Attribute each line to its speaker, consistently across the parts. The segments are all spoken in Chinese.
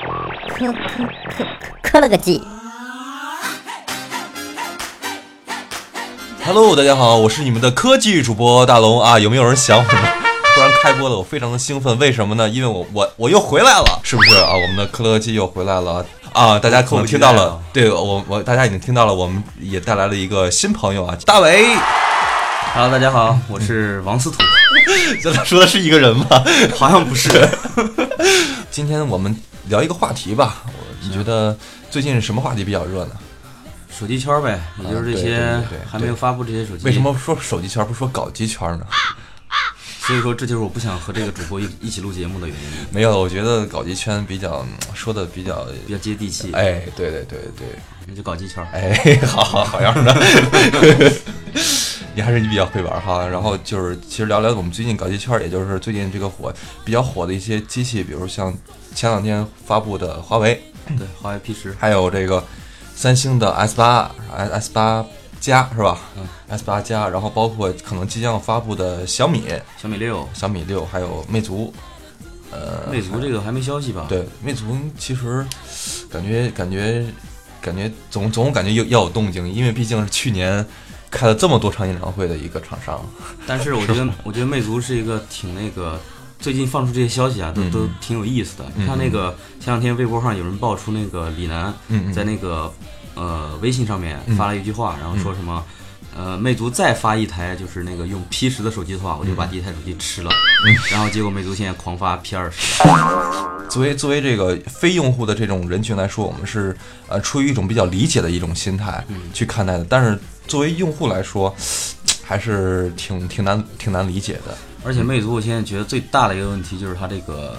Speaker 1: 磕磕磕磕了个几。
Speaker 2: Hello，大家好，我是你们的科技主播大龙啊，有没有人想我呢？突然开播了，我非常的兴奋，为什么呢？因为我我我又回来了，是不是啊？我们的科乐基又回来了啊！大家可能听到了，对我我大家已经听到了，我们也带来了一个新朋友啊，大 伟。
Speaker 3: Hello，大家好，我是王思土，
Speaker 2: 咱俩说的是一个人吗？
Speaker 3: 好像不是，
Speaker 2: 今天我们聊一个话题吧，我你觉得最近什么话题比较热呢？
Speaker 3: 手机圈呗，也就是
Speaker 2: 啊
Speaker 3: 这些
Speaker 2: 对对对对
Speaker 3: 还没有发布这些手机，
Speaker 2: 为什？么说手机圈不说搞基圈呢？
Speaker 3: 所以说这就是我不想和这个主播一一起录节目的原因，
Speaker 2: 没有，我觉得搞基圈比较嗯说的比较，
Speaker 3: 比较接地气，
Speaker 2: 哎，对对对对。
Speaker 3: 那就搞基圈。
Speaker 2: 哎，好好好样的，你还是你比较会玩哈。然后就是，其实聊聊我们最近搞机圈儿，也就是最近这个火比较火的一些机器，比如像前两天发布的华为，
Speaker 3: 对，华为 P 十，
Speaker 2: 还有这个三星的 S 八、S S 八加是吧？
Speaker 3: 嗯
Speaker 2: s 八加，然后包括可能即将要发布的小米、
Speaker 3: 小米六，
Speaker 2: 小米六，还有魅族，呃，
Speaker 3: 魅族这个还没消息吧？，
Speaker 2: 对，魅族其实感觉感觉感觉总总感觉有要有动静，因为毕竟是去年开了这么多场演唱会的一个厂商。
Speaker 3: 但是我觉得，我觉得魅族是一个挺那个。最近放出这些消息啊，都
Speaker 2: 嗯
Speaker 3: 都挺有意思的。你看那个前两天微博上有人爆出那个李楠
Speaker 2: 嗯嗯
Speaker 3: 在那个呃微信上面
Speaker 2: 嗯
Speaker 3: 发了一句话，然后说什么呃魅族再发一台就是那个用 P 十的手机的
Speaker 2: 嗯
Speaker 3: 话，我就把第一台手机吃了。然后结果魅族现在狂发 P 二十，
Speaker 2: 作为作为这个非用户的这种人群来说，我们是呃出于一种比较理解的一种心态去看待的，但是作为用户来说，还是挺挺难挺难理解的。
Speaker 3: 而且魅族我现在觉得最大的一个问题就是它这个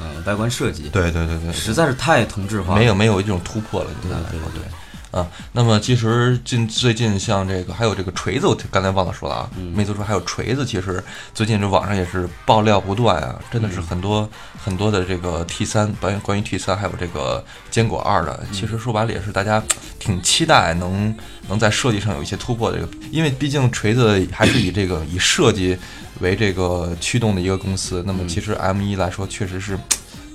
Speaker 3: 呃外观设计
Speaker 2: 对对对对
Speaker 3: 实在是太同质化了，
Speaker 2: 没有没有一种突破了，对
Speaker 3: 对
Speaker 2: 来
Speaker 3: 对
Speaker 2: 说
Speaker 3: 对
Speaker 2: 啊，那么其实近最近像这个还有这个锤子，我刚才忘了说了啊，魅族说还有锤子，其实最近这网上也是爆料不断啊，真的是很多、很多的这个 T 三关于关于 T 三还有这个坚果二的，其实说白了也是大家挺期待能能在设计上有一些突破的这个，因为毕竟锤子还是以这个以设计为这个驱动的一个公司，那么其实 M 一来说确实是。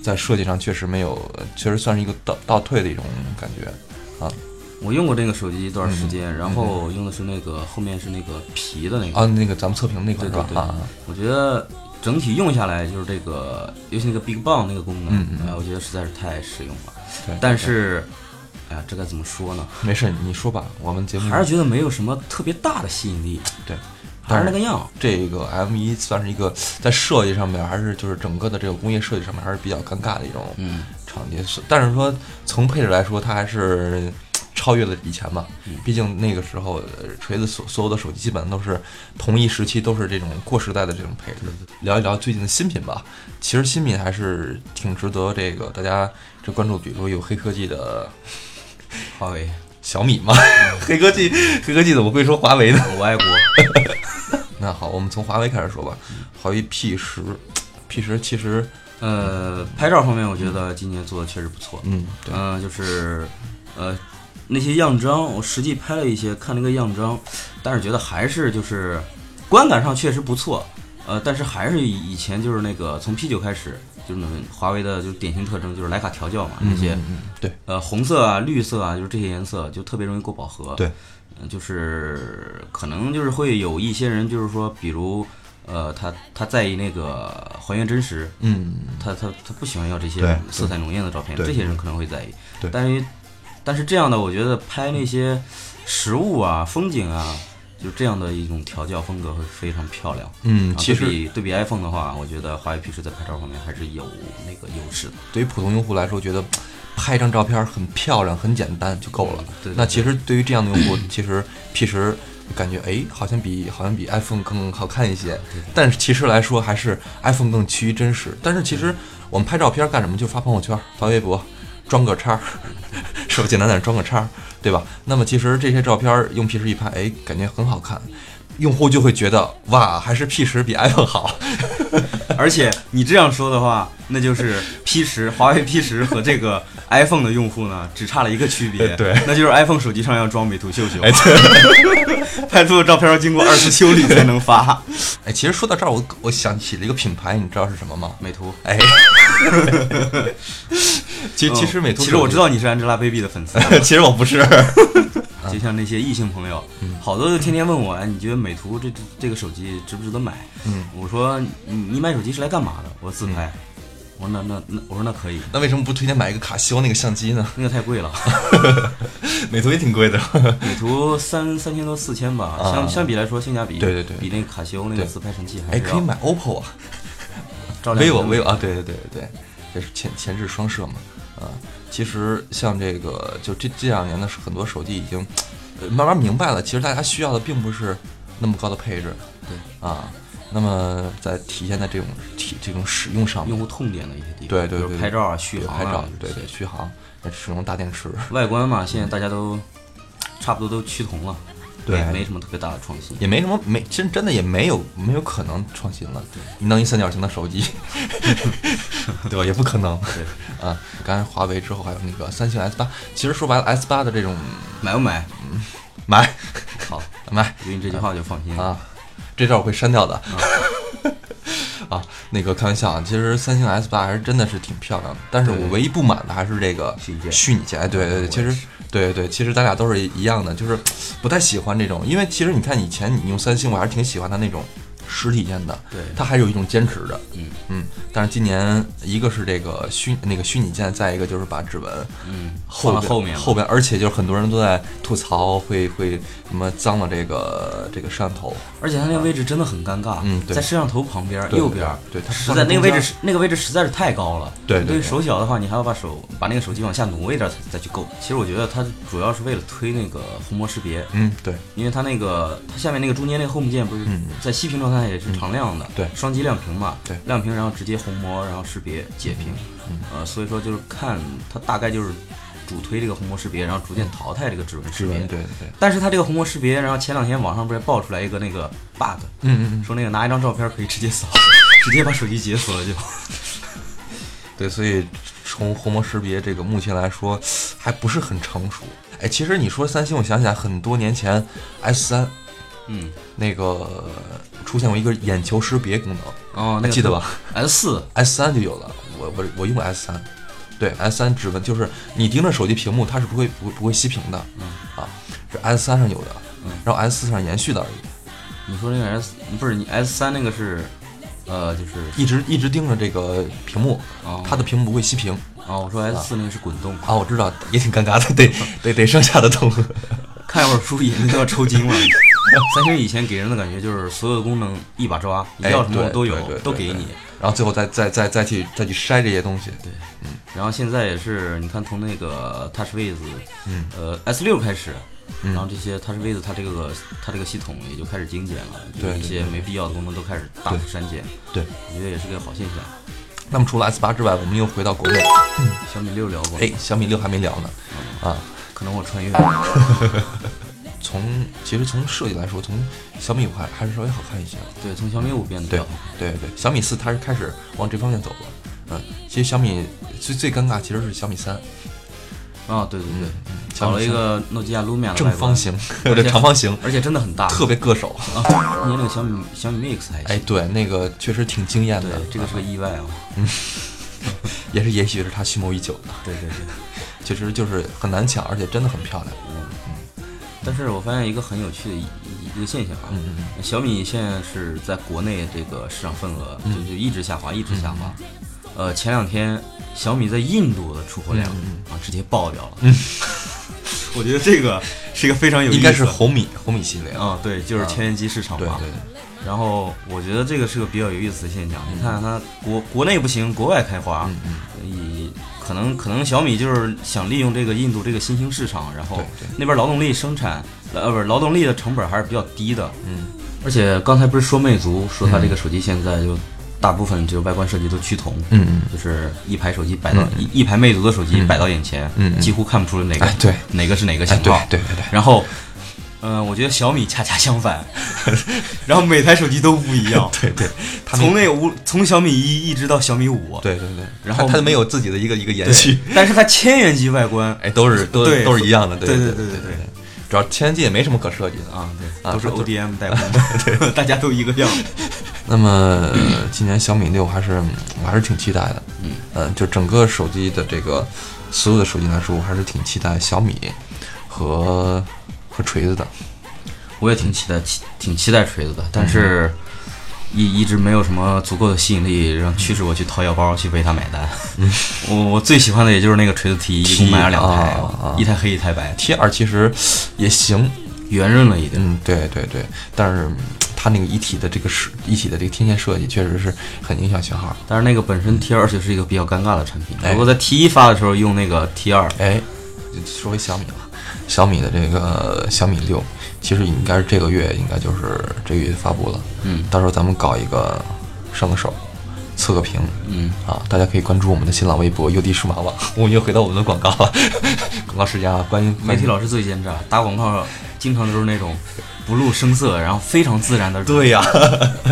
Speaker 2: 在设计上确实没有，确实算是一个倒倒退的一种感觉。
Speaker 3: 我用过这个手机一段时间，然后用的是那个后面是那个皮的那个，
Speaker 2: 嗯啊，那个咱们测评那款
Speaker 3: 对
Speaker 2: 是吧？
Speaker 3: 对对
Speaker 2: 啊，，
Speaker 3: 我觉得整体用下来就是这个，尤其那个 Big Bang 那个功能，
Speaker 2: 嗯嗯
Speaker 3: 哎、我觉得实在是太实用了。
Speaker 2: 对
Speaker 3: 但是，哎呀，这该怎么说呢？
Speaker 2: 没事，你说吧，我们节目
Speaker 3: 还是觉得没有什么特别大的吸引力，
Speaker 2: 对，
Speaker 3: 还是那
Speaker 2: 但
Speaker 3: 个样。
Speaker 2: 这个呃 M 一算是一个在设计上面，还是就是整个的这个工业设计上面还是比较尴尬的一种
Speaker 3: 嗯，
Speaker 2: 场地。是但是说从配置来说，它还是超越了以前嘛。
Speaker 3: 嗯
Speaker 2: 毕竟那个时候，呃锤子所所有的手机基本上都是同一时期都是这种过时代的这种配置。聊一聊最近的新品吧，其实新品还是挺值得这个大家这关注，比如说有黑科技的
Speaker 3: 华为，
Speaker 2: 小米嘛， 黑科技，黑科技怎么会说华为呢？
Speaker 3: 我爱国。
Speaker 2: 那好，我们从华为开始说吧。华为 P 十，P 十其实，
Speaker 3: 呃，拍照方面，我觉得今年做的确实不错。
Speaker 2: 嗯，对，
Speaker 3: 嗯、就是，呃，那些样张，我实际拍了一些，看了一个样张，但是觉得还是就是观感上确实不错，呃，但是还是以以前就是那个从 P 九开始，就是那种华为的就是典型特征就是徕卡调教嘛，那些、
Speaker 2: 嗯嗯，对，
Speaker 3: 呃红色啊、绿色啊，就是这些颜色就特别容易过饱和。
Speaker 2: 对
Speaker 3: 呃，就是可能就是会有一些人就是说，比如呃，他他在意那个还原真实，
Speaker 2: 嗯，
Speaker 3: 他他他不喜欢要这
Speaker 2: 对
Speaker 3: 些色彩浓艳的照片，
Speaker 2: 对
Speaker 3: 这些人可能会在意
Speaker 2: 对。
Speaker 3: 但是但是这样的，我觉得拍那些实物啊、风景啊，就这样的一种调教风格会非常漂亮。
Speaker 2: 嗯，
Speaker 3: 啊
Speaker 2: 其
Speaker 3: 对
Speaker 2: 实
Speaker 3: 比对比 iPhone 的话，我觉得华为 P 十在拍照方面还是有那个优势的。
Speaker 2: 对于普通用户来说，觉得拍一张照片很漂亮、很简单就够了。
Speaker 3: 嗯对对
Speaker 2: 那其实对于这样的用户，其实 P 十感觉哎，好像比好像比 iPhone 更好看一些。但是其实来说，还是 iPhone 更趋于真实。但是其实我们拍照片干什么？就发朋友圈、发微博，装个叉儿， 是不是简单点装个叉儿，对吧？那么其实这些照片儿用 P 十一拍，哎，感觉很好看。用户就会觉得哇，还是 P 十比 iPhone 好，
Speaker 3: 而且你这样说的话，那就是 P 十，华为 P 十和这个 iPhone 的用户呢，只差了一个区别，
Speaker 2: 呃对，哎
Speaker 3: 那就是 iPhone 手机上要装美图秀秀， 拍出的照片要经过二次修理才能发。
Speaker 2: 哎，其实说到这儿，我我想起了一个品牌，你知道是什么吗？
Speaker 3: 美图
Speaker 2: 哎， 其实其实美
Speaker 3: 嗯
Speaker 2: 图手机，
Speaker 3: 其实我知道你是 Angelababy 的粉丝，啊
Speaker 2: 其实我不是。嗯
Speaker 3: 就像那些异性朋友，好多就天天问我，哎，你觉得美图这这这个手机值不值得买？
Speaker 2: 嗯，
Speaker 3: 我说你你买手机是来干嘛的？我说自拍。我说那那那，我说那可以，
Speaker 2: 那为什么不推荐买一个卡西欧那个相机呢？
Speaker 3: 那个太贵了，
Speaker 2: 美图也挺贵的。
Speaker 3: 美图三三千多四千吧，
Speaker 2: 啊
Speaker 3: 相相比来说性价比，
Speaker 2: 对对对
Speaker 3: 比那个卡西欧那个
Speaker 2: 对
Speaker 3: 自拍神器还
Speaker 2: 哎，
Speaker 3: 是
Speaker 2: 可以
Speaker 3: 要
Speaker 2: 买 OPPO 啊
Speaker 3: 照亮
Speaker 2: ，vivo
Speaker 3: 你的
Speaker 2: vivo 啊，对对对对对，这是前前置双摄嘛。啊，其实像这个，就这这两年的很多手机已经呃慢慢明白了，其实大家需要的并不是那么高的配置，对啊。那么在体现在这种体这种使用上面
Speaker 3: 用，户痛点的一些地方，
Speaker 2: 对对
Speaker 3: 比
Speaker 2: 对
Speaker 3: 如
Speaker 2: 对
Speaker 3: 拍照啊、续
Speaker 2: 对
Speaker 3: 航啊，
Speaker 2: 拍照，对对，续航，使用大电池，
Speaker 3: 外观嘛，现在大家都差不多都趋同了，
Speaker 2: 对
Speaker 3: 也没什么特别大的创新。
Speaker 2: 也没什么没真真的也没有没有可能创新了。你弄一三角形的手机， 对吧？也不可能。对啊，刚才华为之后还有那个三星 S 八，其实说白了，S 八的这种
Speaker 3: 买不买？
Speaker 2: 买
Speaker 3: 好，
Speaker 2: 买
Speaker 3: 有你这句话我就放心了。
Speaker 2: 啊，这段我会删掉的。 啊，那个开玩笑啊，其实三星 S 八还是真的是挺漂亮的，但是我
Speaker 3: 对
Speaker 2: 唯一不满的还是这个
Speaker 3: 虚拟键啊
Speaker 2: 虚拟键。哎对对对，
Speaker 3: 我
Speaker 2: 其
Speaker 3: 也
Speaker 2: 实
Speaker 3: 是
Speaker 2: 对对，其实咱俩都是一样的，就是不太喜欢这种，因为其实你看以前你用三星，我还是挺喜欢它那种实体键的，
Speaker 3: 对
Speaker 2: 它还是有一种坚持的，
Speaker 3: 嗯
Speaker 2: 嗯。但是今年一个是这个虚那个虚拟键，再一个就是把指纹
Speaker 3: 嗯，
Speaker 2: 后
Speaker 3: 放到
Speaker 2: 边
Speaker 3: 后面了
Speaker 2: 后边，而且就是很多人都在吐槽会会什么脏了这个这个摄像头，
Speaker 3: 而且它那个位置真的很尴尬。
Speaker 2: 嗯对
Speaker 3: 在摄像头旁边
Speaker 2: 对
Speaker 3: 右边，
Speaker 2: 对它
Speaker 3: 实
Speaker 2: 放
Speaker 3: 在
Speaker 2: 在
Speaker 3: 那个位
Speaker 2: 中
Speaker 3: 置
Speaker 2: 间
Speaker 3: 是那个位置实在是太高了。
Speaker 2: 对对
Speaker 3: 对于
Speaker 2: 对
Speaker 3: 手小的话，你还要把手把那个手机往下挪一点才再去够。其实我觉得它主要是为了推那个虹膜识别，
Speaker 2: 嗯，对。
Speaker 3: 因为它那个它下面那个中间那个 home 键不是
Speaker 2: 嗯
Speaker 3: 在息屏状态也是常亮的，
Speaker 2: 对
Speaker 3: 双击亮屏嘛，
Speaker 2: 对嗯
Speaker 3: 亮屏然后直接虹膜然后识别解屏，呃，所以说就是看它大概就是主推这个虹膜识别，然后逐渐淘汰这个指纹识
Speaker 2: 指
Speaker 3: 别，
Speaker 2: 纹，对对对，
Speaker 3: 但是它这个虹膜识别，然后前两天网上不是爆出来一个那个 bug，
Speaker 2: 嗯嗯嗯，
Speaker 3: 说那个拿一张照片可以直接扫， 直接把手机解锁了就，
Speaker 2: 对，所以从虹膜识别这个目前来说还不是很成熟。哎，其实你说三星，我想起来很多年前 S 三
Speaker 3: 嗯，
Speaker 2: 那个出现过一个眼球识别功能，
Speaker 3: 哦，那
Speaker 2: 还
Speaker 3: 个
Speaker 2: 记得吧
Speaker 3: ？S 四，
Speaker 2: ？S 三就有了，我我我用 S 三，对 S 三指纹就是你盯着手机屏幕，它是不会不不会熄屏的，
Speaker 3: 嗯
Speaker 2: 啊，是 S 三上有的
Speaker 3: 嗯，
Speaker 2: 然后 S 四上延续的而已，
Speaker 3: 你说那个 S 不是你 S 三那个是，呃，就是
Speaker 2: 一直一直盯着这个屏幕
Speaker 3: 哦，
Speaker 2: 它的屏幕不会熄屏。
Speaker 3: 哦，我说 S 四那个是滚动，
Speaker 2: 啊，我知道，也挺尴尬的， 得得得上下的动。
Speaker 3: 看一会儿书眼睛都要抽筋了。 三星以前给人的感觉就是所有的功能一把抓，你
Speaker 2: 哎
Speaker 3: 要什么
Speaker 2: 对
Speaker 3: 都
Speaker 2: 对
Speaker 3: 有，
Speaker 2: 对
Speaker 3: 都给你。
Speaker 2: 然后最后再再再再去再去筛这些东西。对，
Speaker 3: 然后现在也是，你看从那个 TouchWiz，
Speaker 2: 嗯，
Speaker 3: 呃 S 六开始，
Speaker 2: 嗯
Speaker 3: 然后这些 TouchWiz 它这个它这个系统也就开始精简了，就
Speaker 2: 对
Speaker 3: 是一
Speaker 2: 对
Speaker 3: 些没必要的功能都开始大幅删减，
Speaker 2: 对。
Speaker 3: 我觉得也是个好现象。
Speaker 2: 那么除了 S 八之外，我们又回到国内。
Speaker 3: 小米六聊过，
Speaker 2: 哎，小米六还没聊呢。
Speaker 3: 嗯
Speaker 2: 啊，
Speaker 3: 可能我穿越了，
Speaker 2: 从其实从设计来说，从小米五还还是稍微好看一些。
Speaker 3: 对，从小米五变得比
Speaker 2: 对
Speaker 3: 较好
Speaker 2: 对对，小米四它是开始往这方面走了。嗯，其实小米最最尴尬其实是小米
Speaker 3: 啊
Speaker 2: 三，
Speaker 3: 看啊，对对对，
Speaker 2: 小
Speaker 3: 找
Speaker 2: 米
Speaker 3: 了一
Speaker 2: 三
Speaker 3: 个诺基亚 Lumia 的
Speaker 2: 嗯正
Speaker 3: 外观
Speaker 2: 方，形 或
Speaker 3: 而
Speaker 2: 者
Speaker 3: 且
Speaker 2: 长方形，
Speaker 3: 而且真的很大，
Speaker 2: 特别硌手。
Speaker 3: 啊，今年那个小米小米 Mix 还
Speaker 2: 哎，
Speaker 3: 行，
Speaker 2: 对，那个确实挺惊艳
Speaker 3: 对
Speaker 2: 的，，
Speaker 3: 这个是个意外啊，
Speaker 2: 也是也许是他蓄谋已久的，
Speaker 3: 对对对。
Speaker 2: 其实就是很难抢，而且真的很漂亮。
Speaker 3: 但是我发现一个很有趣的一一一个现象啊，
Speaker 2: 嗯嗯
Speaker 3: 小米现在是在国内这个市场份额
Speaker 2: 嗯
Speaker 3: 就就一直下滑，一直下滑。呃，前两天小米在印度的出货
Speaker 2: 嗯
Speaker 3: 量啊直接爆掉了， 我觉得这个是一个非常有意
Speaker 2: 应
Speaker 3: 思
Speaker 2: 该是红米红米系列。
Speaker 3: 啊，对，就是
Speaker 2: 啊
Speaker 3: 千元机市场
Speaker 2: 对
Speaker 3: 嘛。
Speaker 2: 对对。
Speaker 3: 然后我觉得这个是个比较有意思的现象，
Speaker 2: 嗯
Speaker 3: 你看它国国内不行，国外开花，呃以可能可能小米就是想利用这个印度这个新兴市场，然后
Speaker 2: 对对
Speaker 3: 那边劳动力生产呃不是劳动力的成本还是比较低的，
Speaker 2: 嗯，
Speaker 3: 而且刚才不是说魅族说它这个手机现在就大部分就外观设计都趋同，
Speaker 2: 嗯嗯
Speaker 3: 就是一排手机摆到、一一排魅族的手机摆到眼前，
Speaker 2: 嗯嗯
Speaker 3: 几乎看不出哪个、
Speaker 2: 哎对
Speaker 3: 哪个是哪个
Speaker 2: 哎
Speaker 3: 型，
Speaker 2: 对
Speaker 3: 号，
Speaker 2: 对对对，
Speaker 3: 然后，嗯、我觉得小米恰恰相反， 然后每台手机都不一样。哦对对，从那个五，从小米一一直到小米五，
Speaker 2: 对对对，
Speaker 3: 然后
Speaker 2: 它它没有自己的一个一个
Speaker 3: 对
Speaker 2: 延续，
Speaker 3: 但是它千元机外观
Speaker 2: 哎，都是都
Speaker 3: 对
Speaker 2: 都是一样的，
Speaker 3: 对
Speaker 2: 对
Speaker 3: 对对
Speaker 2: 对
Speaker 3: 对对
Speaker 2: 主要千机也没什么可设计的啊，
Speaker 3: 啊，对，
Speaker 2: 啊
Speaker 3: 都是
Speaker 2: 它都
Speaker 3: ODM 代工的，大家都一个样。
Speaker 2: 那么呃今年小米六还是嗯我还是挺期待的，呃
Speaker 3: 嗯
Speaker 2: 就整个手机的这个所有的手机来说，我还是挺期待小米和和锤子的。
Speaker 3: 我也挺期待，期挺期待锤子的，但是一一直没有什么足够的吸引力，让驱使我去掏腰包去为它买单。 我我最喜欢的也就是那个锤子 T，一
Speaker 2: 嗯 T，
Speaker 3: 共买了两台，
Speaker 2: 啊啊
Speaker 3: 一台黑一台白，
Speaker 2: T 二其实也行，
Speaker 3: 圆润了一点。
Speaker 2: 嗯，对对对，但是嗯它那个一体的这个设一体的这个天线设计确实是很影响信号。
Speaker 3: 但是那个本身 T 二就是一个比较尴尬的产品，
Speaker 2: 哎
Speaker 3: 如果在 T 一发的时候用那个 T 二，
Speaker 2: 哎，说回小米了，小米的这个小米六，其实应该是这个月应该就是这个月发布了，
Speaker 3: 嗯
Speaker 2: 到时候咱们搞一个上个手，测个评。
Speaker 3: 嗯，
Speaker 2: 啊，大家可以关注我们的新浪微博“优地数码网”。 我们又回到我们的广告了， 广告时间啊！关于
Speaker 3: 媒体老师最奸诈，打广告经常都是那种不露声色，然后非常自然的。
Speaker 2: 对呀、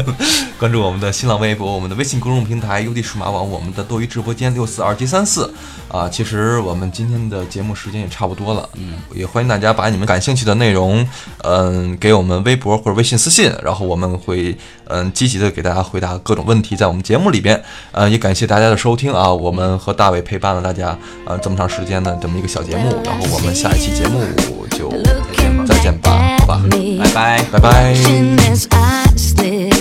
Speaker 2: 关注我们的新浪微博、我们的微信公众平台 “UD 数码网”、我们的斗鱼直播间六四二七三四啊。其实我们今天的节目时间也差不多了，嗯，也欢迎大家把你们感兴趣的内容，嗯，给我们微博或者微信私信，然后我们会嗯积极的给大家回答各种问题，在我们节目里边，呃，也感谢大家的收听啊。我们和大伟陪伴了大家呃这么长时间的这么一个小节目，然后我们下一期节目就再见吧，再见吧，好吧，
Speaker 3: 拜拜。
Speaker 2: 拜拜。
Speaker 4: As I slip